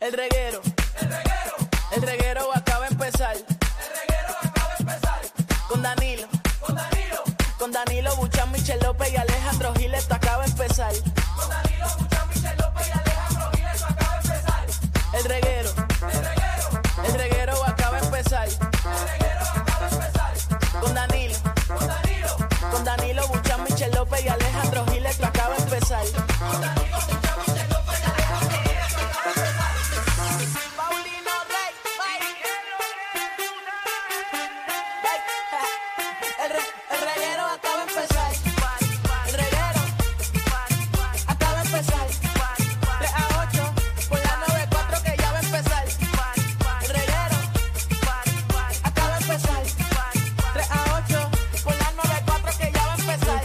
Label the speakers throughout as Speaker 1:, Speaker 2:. Speaker 1: El reguero. El reguero. El reguero acaba de empezar. El reguero acaba de empezar. Con Danilo. Con Danilo. Con Danilo Buchan, Michel López y Alejandro Giles, esto acaba de empezar. Con Danilo Buchan, Michel López y Alejandro Giles, esto acaba de empezar. El reguero. El reguero. El reguero acaba de empezar. El reguero acaba de empezar. Con Danilo. Con Danilo. Con Danilo Buchan, Michel López y Alejandro Giles, esto acaba de empezar. Paulino Rey, El, re- el reguero acaba de empezar. El reguero acaba de empezar. 3 a 8 por la 94 que ya va a empezar. El reguero acaba de empezar. 3 a 8 por la 94 que ya va a empezar.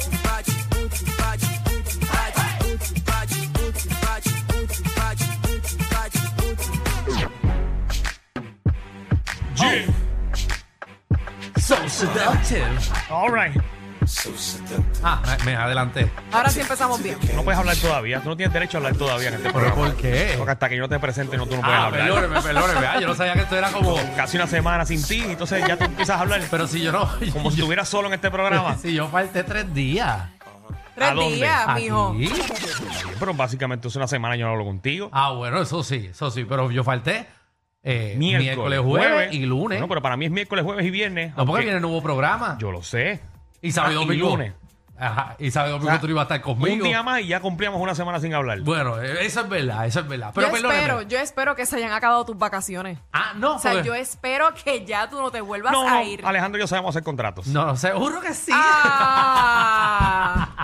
Speaker 2: All right.
Speaker 3: Ah, me- me adelanté.
Speaker 4: Ahora sí empezamos bien.
Speaker 2: No puedes hablar todavía. Tú no tienes derecho a hablar todavía en este
Speaker 3: ¿Pero
Speaker 2: programa.
Speaker 3: por qué?
Speaker 2: Porque hasta que yo no te presente, no, tú no puedes
Speaker 3: Ah,
Speaker 2: hablar.
Speaker 3: perdóneme, perdóneme. Ah, yo no sabía que esto era como.
Speaker 2: Casi una semana sin ti, entonces ya tú empiezas a hablar
Speaker 3: Pero si yo no.
Speaker 2: como si
Speaker 3: yo-
Speaker 2: estuvieras solo en este programa.
Speaker 3: Si yo falté tres días.
Speaker 2: ¿A
Speaker 4: Tres
Speaker 2: dónde?
Speaker 4: días,
Speaker 3: Aquí.
Speaker 4: mijo.
Speaker 2: Pero básicamente es una semana yo no hablo contigo.
Speaker 3: Ah, bueno, eso sí, eso sí. Pero yo falté eh, miércoles, jueves, y lunes.
Speaker 2: No, pero para mí es miércoles, jueves y viernes.
Speaker 3: no, porque
Speaker 2: aunque-
Speaker 3: viene nuevo programa.
Speaker 2: Yo lo sé.
Speaker 3: y sábado
Speaker 2: Ah,
Speaker 3: y
Speaker 2: y
Speaker 3: domingo.
Speaker 2: lunes.
Speaker 3: Ajá. Y sábado y domingo
Speaker 2: O sea,
Speaker 3: tú no ibas a estar conmigo.
Speaker 2: Un día más y ya cumplíamos una semana sin hablar.
Speaker 3: Bueno, eh, eso es verdad, eso es verdad. Pero
Speaker 4: yo
Speaker 3: perdóneme.
Speaker 4: espero, yo espero que se hayan acabado tus vacaciones.
Speaker 3: Ah, no,
Speaker 4: O sea,
Speaker 3: porque-
Speaker 4: yo espero que ya tú no te vuelvas
Speaker 2: no,
Speaker 4: a
Speaker 2: no,
Speaker 4: ir.
Speaker 2: Alejandro y yo sabemos hacer contratos.
Speaker 3: No, no, seguro que sí.
Speaker 4: Ah,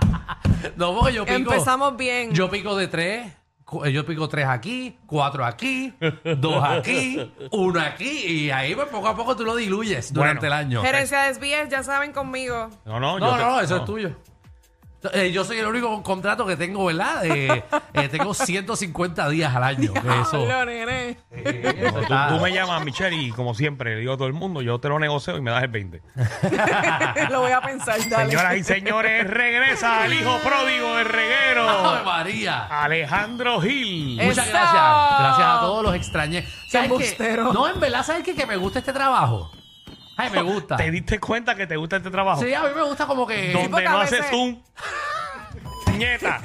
Speaker 3: No, porque yo pico.
Speaker 4: empezamos bien.
Speaker 3: Yo pico de tres. cu- eh, Yo pico tres aquí, cuatro aquí, dos aquí, uno aquí. Y ahí pues, poco a poco tú lo diluyes durante
Speaker 2: Bueno.
Speaker 3: el año.
Speaker 4: Gerencia de desvíes, ya saben conmigo.
Speaker 2: No, no, yo
Speaker 3: No,
Speaker 2: te-
Speaker 3: no, eso es tuyo. Eh, yo soy el único con contrato que tengo, ¿verdad? Eh, eh, tengo 150 días al año. que eso,
Speaker 4: Pablo, nene.
Speaker 3: eso
Speaker 2: Tú,
Speaker 3: está-
Speaker 2: tú me llamas, Michelle, y como siempre, le digo a todo el mundo, yo te lo negocio y me das el 20.
Speaker 4: Lo voy a pensar, dale.
Speaker 2: Señoras y señores, regresa el hijo pródigo del
Speaker 3: ¡Ave
Speaker 2: reguero,
Speaker 3: María!
Speaker 2: Alejandro Gil.
Speaker 4: Eh,
Speaker 3: Muchas
Speaker 4: ¡Eso!
Speaker 3: gracias. Gracias a todos los extrañé. ¿Sabes qué?
Speaker 4: embustero.
Speaker 3: No, en verdad, ¿sabes qué? Que me gusta este trabajo. Ay, me gusta.
Speaker 2: ¿Te diste cuenta que te gusta este trabajo?
Speaker 3: Sí, a mí me gusta como que...
Speaker 2: Donde
Speaker 4: porque a
Speaker 2: no
Speaker 4: veces-
Speaker 2: haces zoom. Nieta.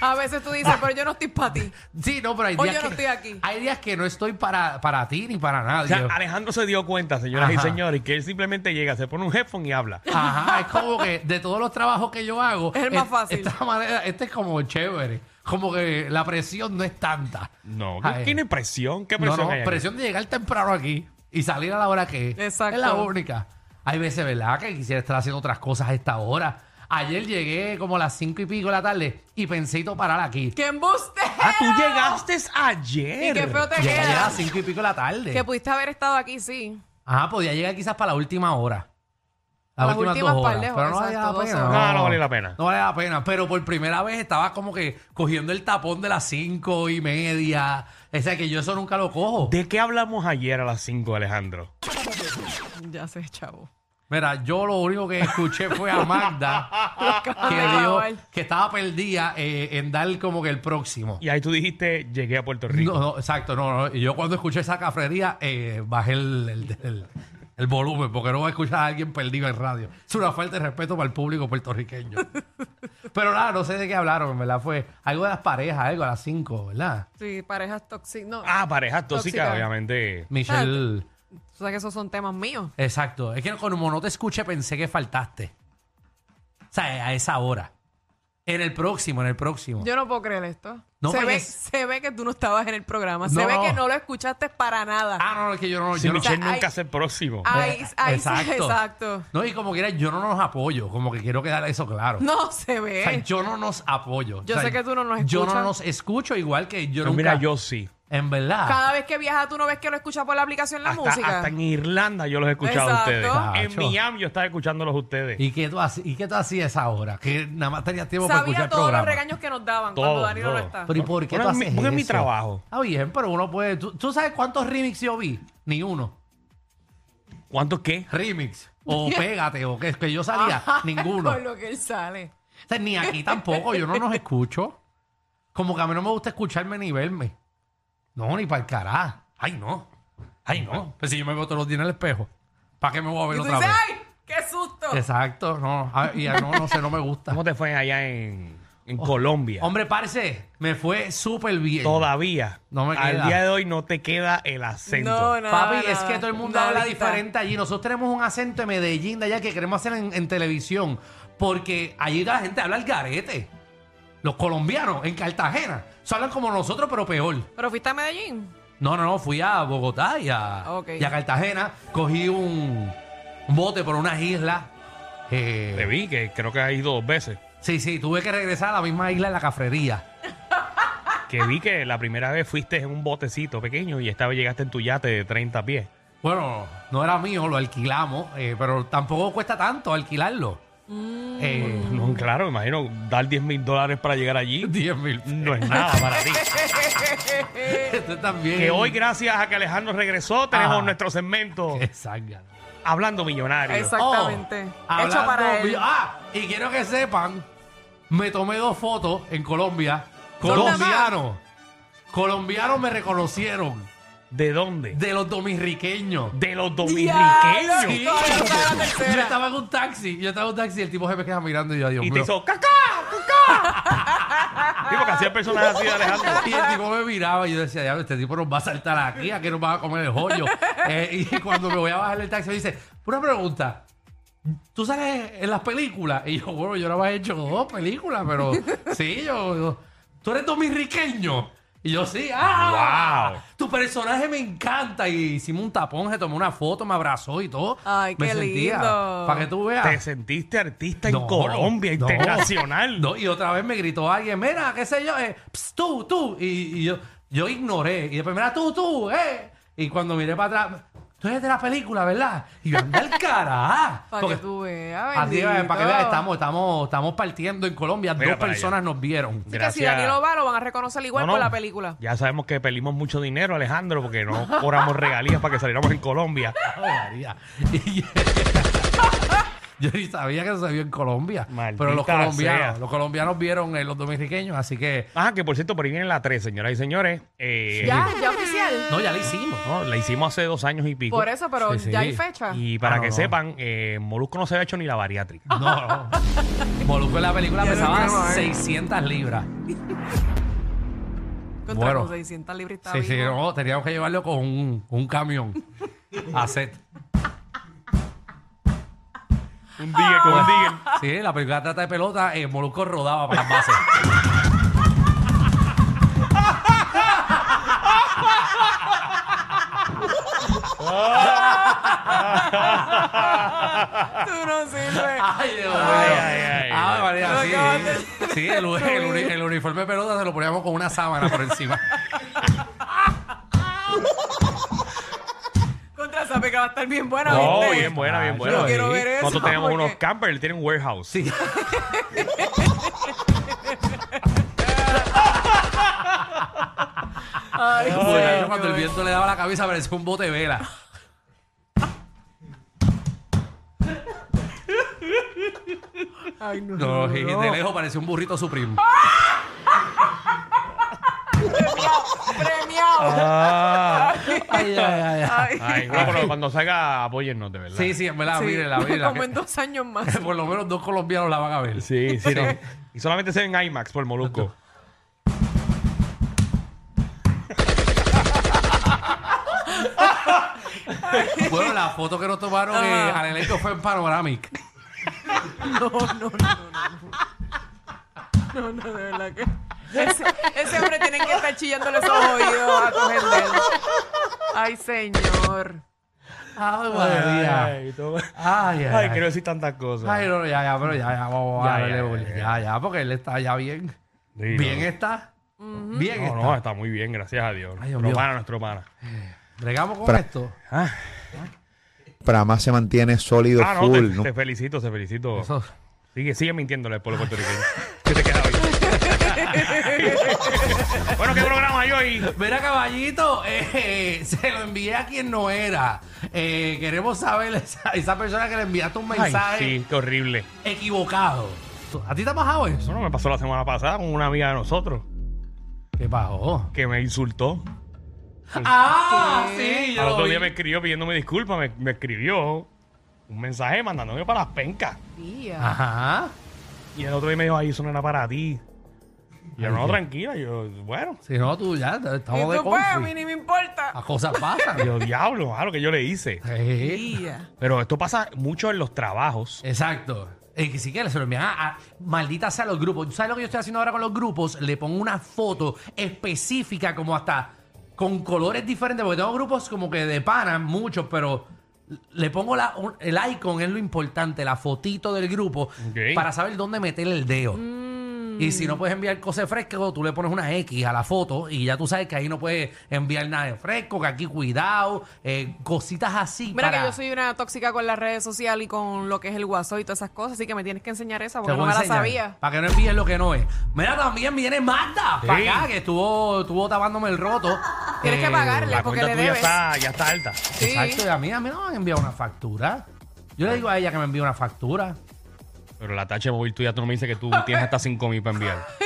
Speaker 4: A veces tú dices, pero yo no estoy para ti.
Speaker 3: Sí, no, pero hay
Speaker 4: Hoy
Speaker 3: días,
Speaker 4: yo no
Speaker 3: que,
Speaker 4: estoy aquí.
Speaker 3: hay días que no estoy para, para ti ni para
Speaker 2: O
Speaker 3: nadie.
Speaker 2: sea, Alejandro se dio cuenta, señoras y
Speaker 3: Ajá.
Speaker 2: señores, que él simplemente llega, se pone un headphone y habla.
Speaker 3: Ajá, es como que de todos los trabajos que yo hago,
Speaker 4: Es el más fácil.
Speaker 3: Esta manera, este es como chévere. Como que la presión no es tanta.
Speaker 2: No,
Speaker 3: Ay.
Speaker 2: ¿qué, tiene presión? ¿Qué
Speaker 3: No,
Speaker 2: presión
Speaker 3: no,
Speaker 2: hay aquí?
Speaker 3: presión de llegar temprano aquí y salir a la hora que es.
Speaker 4: Exacto.
Speaker 3: Es la única. Hay veces, ¿verdad? Que quisiera estar haciendo otras cosas a esta hora. Ayer llegué como a las cinco y pico de la tarde y pensé todo parar aquí.
Speaker 4: ¡Que embuste!
Speaker 2: Ah, tú llegaste ayer.
Speaker 4: Y qué feo te
Speaker 3: Llegué a
Speaker 4: queda.
Speaker 3: las cinco y pico de la tarde.
Speaker 4: Que pudiste haber estado aquí, sí.
Speaker 3: Ajá, podía llegar quizás para la última hora. Las,
Speaker 4: Las
Speaker 3: últimas,
Speaker 4: últimas
Speaker 3: dos
Speaker 4: par
Speaker 3: horas.
Speaker 4: de
Speaker 3: pero
Speaker 4: horas,
Speaker 3: no valía la
Speaker 4: exacto, dos
Speaker 3: pena.
Speaker 4: horas.
Speaker 2: No, no valía la pena.
Speaker 3: No valía la pena. Pero por primera vez estaba como que cogiendo el tapón de las cinco y media. O sea que yo eso nunca lo cojo.
Speaker 2: ¿De qué hablamos ayer a las 5, Alejandro?
Speaker 4: Ya sé, chavo.
Speaker 3: Mira, yo lo único que escuché fue a Magda que,
Speaker 4: de
Speaker 3: dijo
Speaker 4: grabar.
Speaker 3: que estaba perdida eh, en dar como que el próximo.
Speaker 2: Y ahí tú dijiste, llegué a Puerto Rico.
Speaker 3: No, no, exacto, no, no. Y yo cuando escuché esa cafrería, eh, bajé el, el- el- el volumen, porque no voy a escuchar a alguien perdido en radio. Es una falta de respeto para el público puertorriqueño. Pero nada, no sé de qué hablaron, en verdad. Fue algo de las parejas, algo a las 5, ¿verdad?
Speaker 4: Sí, parejas tóxicas. No,
Speaker 2: Ah, parejas tóxicas,
Speaker 4: Tóxica.
Speaker 2: obviamente.
Speaker 3: Michelle.
Speaker 4: tú sabes que esos son temas míos.
Speaker 3: Exacto. Es que como no te escuché, pensé que faltaste. O sea, a esa hora. En el próximo, en el próximo.
Speaker 4: Yo no puedo creer esto.
Speaker 3: No,
Speaker 4: se,
Speaker 3: porque
Speaker 4: ve,
Speaker 3: es-
Speaker 4: se ve que tú no estabas en el programa. Se
Speaker 3: No,
Speaker 4: ve
Speaker 3: no.
Speaker 4: que no lo escuchaste para nada.
Speaker 3: Ah, no, no, es que yo no.
Speaker 2: Si
Speaker 3: yo no-
Speaker 2: Michelle
Speaker 4: O sea,
Speaker 2: nunca
Speaker 4: hay-
Speaker 2: es el próximo.
Speaker 4: ahí,
Speaker 3: Eh,
Speaker 4: ahí sí, exacto.
Speaker 3: No, y como quiera, yo no nos apoyo. Como que quiero quedar eso claro.
Speaker 4: No se ve.
Speaker 3: O sea, yo no nos apoyo.
Speaker 4: Yo
Speaker 3: O sea,
Speaker 4: sé que tú no nos
Speaker 3: Yo
Speaker 4: escuchas.
Speaker 3: no nos escucho igual que yo
Speaker 2: Pero
Speaker 3: nunca.
Speaker 2: Pues mira, yo sí.
Speaker 3: En verdad.
Speaker 4: Cada vez que viajas tú no ves que lo escuchas por la aplicación la
Speaker 2: hasta,
Speaker 4: música.
Speaker 2: hasta en Irlanda yo los he escuchado a ustedes.
Speaker 4: Exacto.
Speaker 2: En
Speaker 3: Tacho.
Speaker 2: Miami yo estaba escuchándolos a ustedes.
Speaker 3: ¿Y qué tú, haci- ¿Y qué tú hacías ahora? Que nada más tenías tiempo para
Speaker 4: Sabía
Speaker 3: escuchar
Speaker 4: todos los
Speaker 3: programas.
Speaker 4: regaños que nos daban cuando
Speaker 2: Todo,
Speaker 4: Danilo no
Speaker 2: todo.
Speaker 4: está.
Speaker 3: Pero ¿y por qué
Speaker 2: Porque
Speaker 3: tú
Speaker 2: es mi-
Speaker 3: haces
Speaker 2: porque es mi
Speaker 3: eso?
Speaker 2: trabajo.
Speaker 3: Ah, bien, pero uno puede... ¿Tú, tú sabes cuántos remix yo vi? Ni uno.
Speaker 2: ¿Cuántos qué?
Speaker 3: Remix. O pégate, o que, que yo salía. Ninguno.
Speaker 4: Con lo que él sale.
Speaker 3: O sea, ni aquí tampoco, yo no nos escucho. Como que a mí no me gusta escucharme ni verme. No, ni para el carajo. Ay, no. Ay, no. Pues si yo me veo todos los días en el espejo, ¿para qué me voy a
Speaker 4: Y
Speaker 3: ver
Speaker 4: tú
Speaker 3: otra
Speaker 4: dices,
Speaker 3: vez?
Speaker 4: ¡ay! ¡Qué susto!
Speaker 3: Exacto, no. A- Y a- no, no sé, no me gusta.
Speaker 2: ¿Cómo te fue allá en, en Colombia?
Speaker 3: Hombre, parce, me fue súper bien.
Speaker 2: Todavía.
Speaker 3: No me
Speaker 2: Al
Speaker 3: queda.
Speaker 2: día de hoy no te queda el acento.
Speaker 4: No, no.
Speaker 3: Papi,
Speaker 4: Nada,
Speaker 3: es que todo el mundo
Speaker 4: nada.
Speaker 3: habla diferente allí. Nosotros tenemos un acento de Medellín de allá que queremos hacer en, en televisión. Porque allí la gente habla el garete. Los colombianos en Cartagena. Se hablan como nosotros, pero peor.
Speaker 4: Pero fuiste a Medellín.
Speaker 3: No, no, no, fui a Bogotá y a,
Speaker 4: Ok.
Speaker 3: y a Cartagena. Cogí un, un bote por unas islas. Eh,
Speaker 2: Te vi que creo que has ido dos veces.
Speaker 3: sí, sí, tuve que regresar a la misma isla de la cafrería.
Speaker 2: Que vi que la primera vez fuiste en un botecito pequeño y esta vez llegaste en tu yate de 30 pies.
Speaker 3: Bueno, no era mío, lo alquilamos, eh, pero tampoco cuesta tanto alquilarlo. Eh,
Speaker 2: No, claro, me imagino dar 10 mil dólares para llegar allí
Speaker 3: 10 mil.
Speaker 2: no es nada para ti.
Speaker 3: Esto también.
Speaker 2: Que hoy, gracias a que Alejandro regresó, tenemos
Speaker 3: Ajá.
Speaker 2: nuestro segmento
Speaker 3: Exacto.
Speaker 2: Hablando Millonario.
Speaker 4: Exacto. Exactamente.
Speaker 3: Oh,
Speaker 4: Hecho
Speaker 3: hablando
Speaker 4: para él.
Speaker 3: mío- Ah, y quiero que sepan, me tomé dos fotos en Colombia.
Speaker 4: ¿Dónde más?
Speaker 3: Colombianos. Colombianos me reconocieron.
Speaker 2: ¿De dónde?
Speaker 3: De los dominriqueños.
Speaker 2: De los
Speaker 4: Diablo.
Speaker 2: dominiqueños.
Speaker 4: Sí. Todavía está la tercera.
Speaker 3: Yo estaba en un taxi, yo estaba en un taxi y el tipo se me queda mirando y yo, Dios
Speaker 2: Y te
Speaker 3: mío.
Speaker 2: hizo caca, caca. Digo que hacía personas así de Alejandro.
Speaker 3: Y el tipo me miraba y yo decía, diablo, este tipo nos va a saltar aquí, a que nos va a comer el joyo. Eh, y cuando me voy a bajar del taxi me dice, una pregunta, ¿tú sales en las películas? Y yo, bueno, yo no había hecho dos películas, pero sí, yo, yo, tú eres dominriqueño. Y yo, sí, ¡ah!
Speaker 2: Wow.
Speaker 3: Tu personaje me encanta. Y hicimos un tapón, se tomó una foto, me abrazó y todo.
Speaker 4: Ay,
Speaker 3: me
Speaker 4: qué
Speaker 3: sentía,
Speaker 4: lindo.
Speaker 3: Para que tú veas.
Speaker 2: Te sentiste artista en
Speaker 3: No,
Speaker 2: Colombia,
Speaker 3: no.
Speaker 2: internacional.
Speaker 3: No, y otra vez me gritó alguien, mira, qué sé yo, eh, ps, tú, tú. Y, y yo, yo ignoré. Y después, mira, tú, tú, eh. Y cuando miré para atrás, tú eres de la película, ¿verdad? Y yo, anda al carajo.
Speaker 4: Para que tú veas.
Speaker 3: Así, eh,
Speaker 4: bendito.
Speaker 3: para que veas, estamos, estamos, estamos partiendo en Colombia.
Speaker 2: Mira
Speaker 3: Dos
Speaker 2: para
Speaker 3: personas nos vieron.
Speaker 4: Así que si Danilo va, lo van a reconocer igual
Speaker 2: No,
Speaker 4: por
Speaker 2: no.
Speaker 4: la película.
Speaker 2: Ya sabemos que pedimos mucho dinero, Alejandro, porque no cobramos regalías para que saliéramos en Colombia.
Speaker 3: Ave María. Y- Yo ni sabía que eso se vio en Colombia.
Speaker 2: Maldita
Speaker 3: pero los colombianos,
Speaker 2: sea.
Speaker 3: los colombianos vieron eh, los dominicanos, así que.
Speaker 2: Ajá, Ah, que por cierto, por ahí viene la 3, señoras y señores. Eh,
Speaker 4: Ya, ya oficial.
Speaker 3: No, ya lo hicimos.
Speaker 2: no, la hicimos hace dos años y pico.
Speaker 4: Por eso, pero
Speaker 3: Sí, sí.
Speaker 4: ya hay fecha.
Speaker 2: Y para
Speaker 3: Ah,
Speaker 2: que
Speaker 3: no.
Speaker 2: sepan, eh, Molusco no se había hecho ni la bariátrica.
Speaker 3: No, no. Molusco en la película
Speaker 4: Ya lo
Speaker 3: pesaba
Speaker 4: creo, ¿eh?
Speaker 3: 600 libras.
Speaker 4: Contra
Speaker 3: Bueno.
Speaker 4: con 600 libras está
Speaker 3: Sí, sí,
Speaker 4: vivo.
Speaker 3: no, teníamos que llevarlo con un, un camión a set.
Speaker 2: Un día con un día.
Speaker 3: Sí, la película trata de pelota, eh, Molusco rodaba para las bases.
Speaker 4: Tú no sirves.
Speaker 3: Ay, Dios mío.
Speaker 2: ay, ay.
Speaker 3: Ay,
Speaker 4: Lo acabas
Speaker 3: María,
Speaker 4: de
Speaker 3: sí. Sí, el, u- el uni- el uniforme de pelota se lo poníamos con una sábana por encima.
Speaker 4: Contra esa peca va a estar bien buena,
Speaker 2: No,
Speaker 4: ¿viste?
Speaker 2: bien buena, bien
Speaker 3: Yo
Speaker 2: buena.
Speaker 4: quiero ver eso,
Speaker 2: Nosotros tenemos
Speaker 4: porque-
Speaker 2: unos campers, él tiene un warehouse.
Speaker 3: Sí.
Speaker 4: Ay,
Speaker 3: Bueno,
Speaker 4: señor.
Speaker 3: cuando el viento le daba la cabeza parecía un bote de vela.
Speaker 4: Ay, no,
Speaker 3: No,
Speaker 4: no,
Speaker 3: y
Speaker 4: no.
Speaker 3: de lejos parecía un burrito supremo.
Speaker 4: Premiado.
Speaker 2: Ah.
Speaker 3: Ay, ay, ay, ay.
Speaker 4: Ay.
Speaker 2: Ay, no, pero cuando salga, apóyennos, de verdad.
Speaker 3: Sí, sí, en verdad,
Speaker 4: Sí,
Speaker 3: mírenla, mírenla.
Speaker 4: Como
Speaker 3: que-
Speaker 4: en dos años más.
Speaker 3: Por lo menos dos colombianos la van a ver.
Speaker 2: sí, sí, no. Y solamente se ven IMAX por Molusco.
Speaker 3: Bueno, la foto que nos tomaron eh,
Speaker 4: Ajá.
Speaker 3: al elenco fue en Panoramic.
Speaker 4: No, no, no, no, no. No, no, de verdad que. Ese, ese hombre tiene que estar chillándole esos oídos a tu gente. Ay, señor.
Speaker 3: Ay,
Speaker 2: ay, todo-
Speaker 3: Ay, ay,
Speaker 2: Ay,
Speaker 3: ay.
Speaker 2: quiero decir tantas cosas.
Speaker 3: Ay, no, no, ya, ya, pero ya, ya, vamos a
Speaker 2: Ya,
Speaker 3: darle
Speaker 2: ya,
Speaker 3: bola.
Speaker 2: ya,
Speaker 3: Ya, ya, porque él está ya bien.
Speaker 2: Sí,
Speaker 3: bien
Speaker 2: no.
Speaker 3: está. Bien
Speaker 2: No,
Speaker 3: está.
Speaker 2: no, está muy bien, gracias a Dios.
Speaker 3: Ay, Dios
Speaker 2: nuestro
Speaker 3: mío.
Speaker 2: pana, nuestro pana.
Speaker 3: Bregamos con
Speaker 5: Pra-
Speaker 3: esto.
Speaker 2: Ah,
Speaker 5: Prama se mantiene sólido
Speaker 2: ah, no,
Speaker 5: full.
Speaker 2: te,
Speaker 5: ¿no?
Speaker 2: te felicito, te felicito.
Speaker 3: Eso-
Speaker 2: Sigue, sigue mintiéndole al pueblo puertorriqueño. ¿Qué te queda hoy? bueno, ¿qué programa hay hoy?
Speaker 3: Mira, caballito, eh, se lo envié a quien no era. Eh, queremos saber esa, esa persona que le enviaste un
Speaker 2: Ay,
Speaker 3: mensaje
Speaker 2: sí, qué horrible.
Speaker 3: equivocado. ¿A ti te ha pasado eso?
Speaker 2: Bueno, me pasó la semana pasada con una amiga de nosotros
Speaker 3: ¿Qué pasó?
Speaker 2: que me insultó.
Speaker 3: Ah, sí, yo
Speaker 2: Al
Speaker 3: lo
Speaker 2: otro
Speaker 3: vi.
Speaker 2: día me escribió pidiéndome disculpas, me, me escribió un mensaje mandándome para las pencas.
Speaker 3: Ah,
Speaker 4: Día.
Speaker 3: Ajá.
Speaker 2: Y el otro día me dijo, ay, eso no era para ti. Y yo,
Speaker 3: Ay,
Speaker 2: no,
Speaker 3: qué-
Speaker 2: tranquila. Yo, bueno,
Speaker 3: Si no, tú ya
Speaker 4: Y
Speaker 3: estamos de
Speaker 4: tú pues, a mí
Speaker 3: confi.
Speaker 4: ni me importa.
Speaker 3: Las cosas pasan.
Speaker 2: yo, diablo, ah, lo que yo le hice.
Speaker 3: Sí,
Speaker 4: Día.
Speaker 2: Pero esto pasa mucho en los trabajos.
Speaker 3: exacto. Eh, que si quieres, se lo envían a, a- maldita sea los grupos. ¿Sabes lo que yo estoy haciendo ahora con los grupos? Le pongo una foto específica, como hasta con colores diferentes, porque tengo grupos como que de panas, muchos, pero le pongo la, un- el icon, es lo importante, la fotito del grupo,
Speaker 2: Ok.
Speaker 3: para saber dónde meter el dedo.
Speaker 4: Mm.
Speaker 3: Y si no puedes enviar cosas frescas, tú le pones una X a la foto y ya tú sabes que ahí no puedes enviar nada de fresco, que aquí cuidado, eh, cositas así.
Speaker 4: Mira
Speaker 3: para-
Speaker 4: que yo soy una tóxica con las redes sociales y con lo que es el WhatsApp y todas esas cosas, así que me tienes que enseñar esa
Speaker 3: Te
Speaker 4: porque
Speaker 3: voy
Speaker 4: no
Speaker 3: a
Speaker 4: me la
Speaker 3: enseñar,
Speaker 4: sabía.
Speaker 3: Para que no envíes lo que no es. Mira, también viene Magda para
Speaker 2: Sí.
Speaker 3: acá, que estuvo, estuvo tapándome el roto. Eh,
Speaker 4: Tienes que pagarle.
Speaker 2: La
Speaker 4: porque
Speaker 2: cuenta
Speaker 4: le
Speaker 2: tuya
Speaker 4: debes.
Speaker 2: está, ya está alta.
Speaker 4: Sí.
Speaker 3: Exacto, y a mí, a mí no me han enviado una factura. Yo le digo a ella que me envíe una factura.
Speaker 2: Pero la tacha móvil tuya tú no me dices que tú tienes hasta 5 mil para enviar.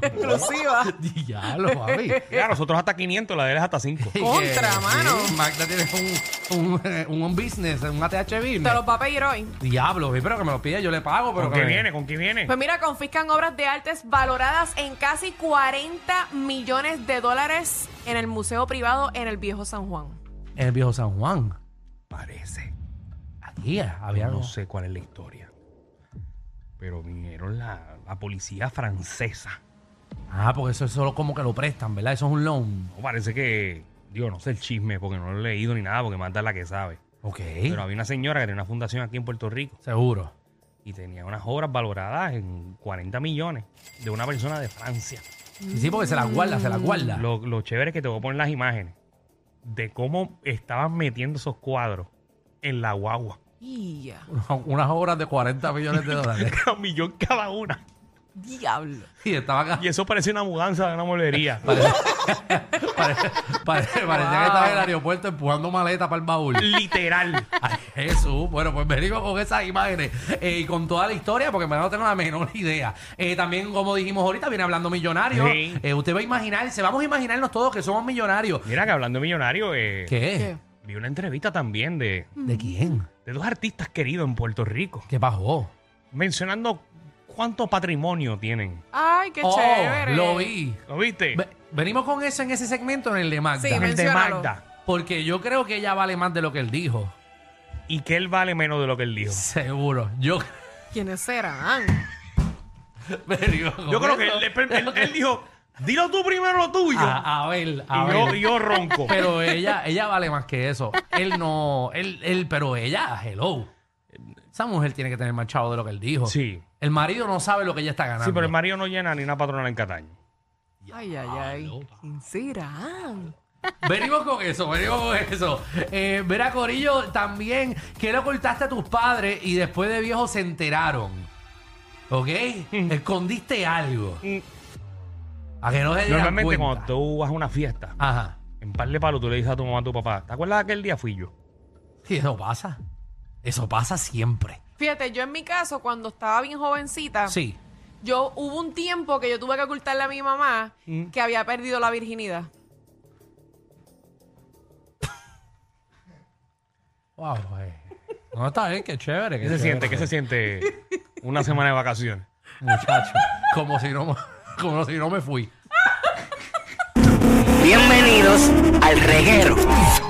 Speaker 4: Exclusiva.
Speaker 3: Diablo, papi.
Speaker 2: Claro, nosotros hasta 500, la de él es hasta 5.
Speaker 4: Contra,
Speaker 3: Sí,
Speaker 4: mano.
Speaker 3: Magda tiene un, un, eh, un business, un ATH business.
Speaker 4: Te los va a pedir hoy.
Speaker 3: Diablo, sí, pero que me lo pide, yo le pago. Pero
Speaker 2: ¿Con
Speaker 3: que
Speaker 2: qué
Speaker 3: me-
Speaker 2: viene? ¿Con qué viene?
Speaker 4: Pues mira, confiscan obras de artes valoradas en casi 40 millones de dólares en el Museo Privado en el Viejo San Juan.
Speaker 3: En el viejo San Juan.
Speaker 2: Parece.
Speaker 3: Aquí eh, había
Speaker 2: Pues No
Speaker 3: algo.
Speaker 2: sé cuál es la historia. Pero vinieron la, la policía francesa.
Speaker 3: Ah, porque eso es solo como que lo prestan, ¿verdad? Eso es un loan.
Speaker 2: No, parece que, digo, no sé el chisme porque no lo he leído ni nada, porque manda la que sabe.
Speaker 3: Ok.
Speaker 2: Pero había una señora que tenía una fundación aquí en Puerto Rico
Speaker 3: Seguro.
Speaker 2: y tenía unas obras valoradas en 40 millones de una persona de Francia.
Speaker 3: Sí, sí, porque se las guarda, se las guarda.
Speaker 2: Lo, lo chévere es que te voy a poner las imágenes de cómo estaban metiendo esos cuadros en la guagua.
Speaker 4: Ya,
Speaker 3: Unas obras de 40 millones de dólares.
Speaker 2: Un millón cada una.
Speaker 4: Diablo.
Speaker 3: y estaba acá.
Speaker 2: Y eso parece una mudanza de una molería.
Speaker 3: Parece, parece- parecía que estaba en el aeropuerto empujando maleta para el baúl.
Speaker 2: Literal.
Speaker 3: Ay, Jesús. Bueno, pues venimos con esas imágenes eh, y con toda la historia, porque en verdad no tengo la menor idea. Eh, también, como dijimos ahorita, viene hablando millonario.
Speaker 2: Sí.
Speaker 3: Eh, usted va a imaginarse, vamos a imaginarnos todos que somos millonarios.
Speaker 2: Mira que hablando de millonario, eh,
Speaker 3: ¿Qué?
Speaker 2: vi una entrevista también de,
Speaker 3: ¿De quién?
Speaker 2: de dos artistas queridos en Puerto Rico,
Speaker 3: ¿Qué pasó?
Speaker 2: mencionando cuánto patrimonio tienen.
Speaker 4: Ay, qué
Speaker 3: Oh,
Speaker 4: chévere.
Speaker 3: lo vi.
Speaker 2: ¿Lo viste?
Speaker 3: Ve- venimos con eso en ese segmento en el de Magda.
Speaker 4: Sí,
Speaker 2: el de
Speaker 4: menciónalo.
Speaker 2: Magda.
Speaker 3: Porque yo creo que ella vale más de lo que él dijo.
Speaker 2: Y que él vale menos de lo que él dijo.
Speaker 3: Seguro. Yo,
Speaker 4: ¿Quiénes serán?
Speaker 3: venimos con
Speaker 2: Yo creo que
Speaker 3: eso.
Speaker 2: él, él- él dijo, dilo tú primero lo tuyo.
Speaker 3: A, a ver, a
Speaker 2: y
Speaker 3: ver.
Speaker 2: yo, y yo ronco.
Speaker 3: Ah, Pero ella, ella vale más que eso. Él no, él, él, pero ella, hello. Esa mujer tiene que tener más chavo de lo que él dijo.
Speaker 2: Sí.
Speaker 3: El marido no sabe lo que ella está ganando.
Speaker 2: Sí, pero el marido no llena ni una patrona en Cataño.
Speaker 4: Ay, ay,
Speaker 3: Ah,
Speaker 4: ay. ¿Quién serán?
Speaker 3: Venimos con eso, venimos con eso. Eh, verá, Corillo, también, que lo cortaste a tus padres y después de viejo se enteraron? ¿Ok?
Speaker 2: Mm.
Speaker 3: Escondiste algo. A que no se dieran
Speaker 2: Normalmente
Speaker 3: cuenta.
Speaker 2: cuando tú vas a una fiesta,
Speaker 3: Ajá.
Speaker 2: en par de palos tú le dices a tu mamá, a tu papá, ¿te acuerdas de aquel día fui yo?
Speaker 3: Sí, eso pasa. Eso pasa siempre.
Speaker 4: Fíjate, yo en mi caso, cuando estaba bien jovencita,
Speaker 3: Sí.
Speaker 4: yo hubo un tiempo que yo tuve que ocultarle a mi mamá que había perdido la virginidad.
Speaker 3: Wow, eh. No, está bien, qué chévere.
Speaker 2: ¿Qué se siente? ¿Qué se siente una semana de vacaciones?
Speaker 3: Muchacho, como si no, como si no me fui.
Speaker 6: Bienvenidos al reguero.